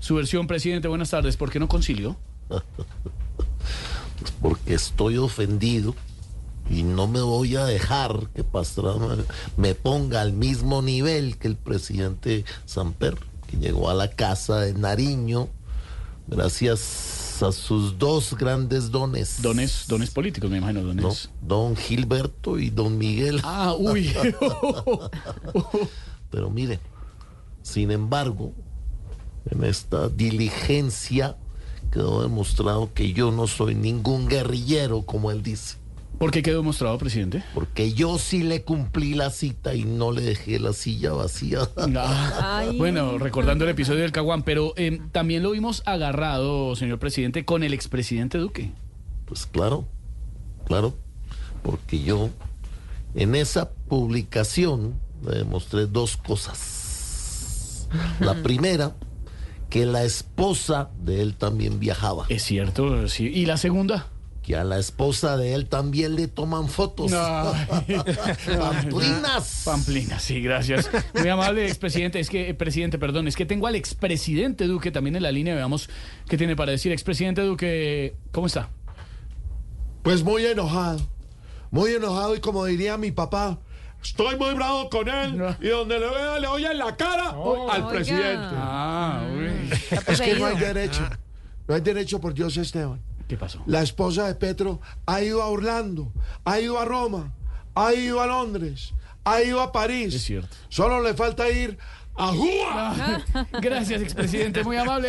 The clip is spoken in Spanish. Su versión, presidente, buenas tardes. ¿Por qué no concilió? Pues porque estoy ofendido y no me voy a dejar que Pastrana me ponga al mismo nivel que el presidente Samper, que llegó a la casa de Nariño gracias a sus dos grandes dones. Dones, dones políticos, me imagino, ¿no? dones. Don Gilberto y Don Miguel. Ah, uy. Pero mire, sin embargo, en esta diligencia quedó demostrado que yo no soy ningún guerrillero, como él dice. ¿Por qué quedó mostrado, presidente? Porque yo sí le cumplí la cita y no le dejé la silla vacía. Ah, Ay. Bueno, recordando el episodio del Caguán, pero eh, también lo vimos agarrado, señor presidente, con el expresidente Duque. Pues claro, claro, porque yo en esa publicación le demostré dos cosas. La primera, que la esposa de él también viajaba, Es cierto, sí. ¿Y la segunda? que a la esposa de él también le toman fotos. Pamplinas. Pamplinas, sí, gracias. Muy amable, expresidente. Es que, eh, presidente, perdón, es que tengo al expresidente Duque también en la línea. Veamos qué tiene para decir. Expresidente Duque, ¿cómo está? Pues muy enojado, muy enojado y como diría mi papá, estoy muy bravo con él No. y donde le vea le doy en la cara al Oiga. presidente. Ah, uy. Es que no hay derecho, no hay derecho por Dios Esteban. ¿Qué pasó? La esposa de Petro ha ido a Orlando, ha ido a Roma, ha ido a Londres, ha ido a París. Es cierto. Solo le falta ir a Cuba. Gracias, Ah, expresidente, muy amable.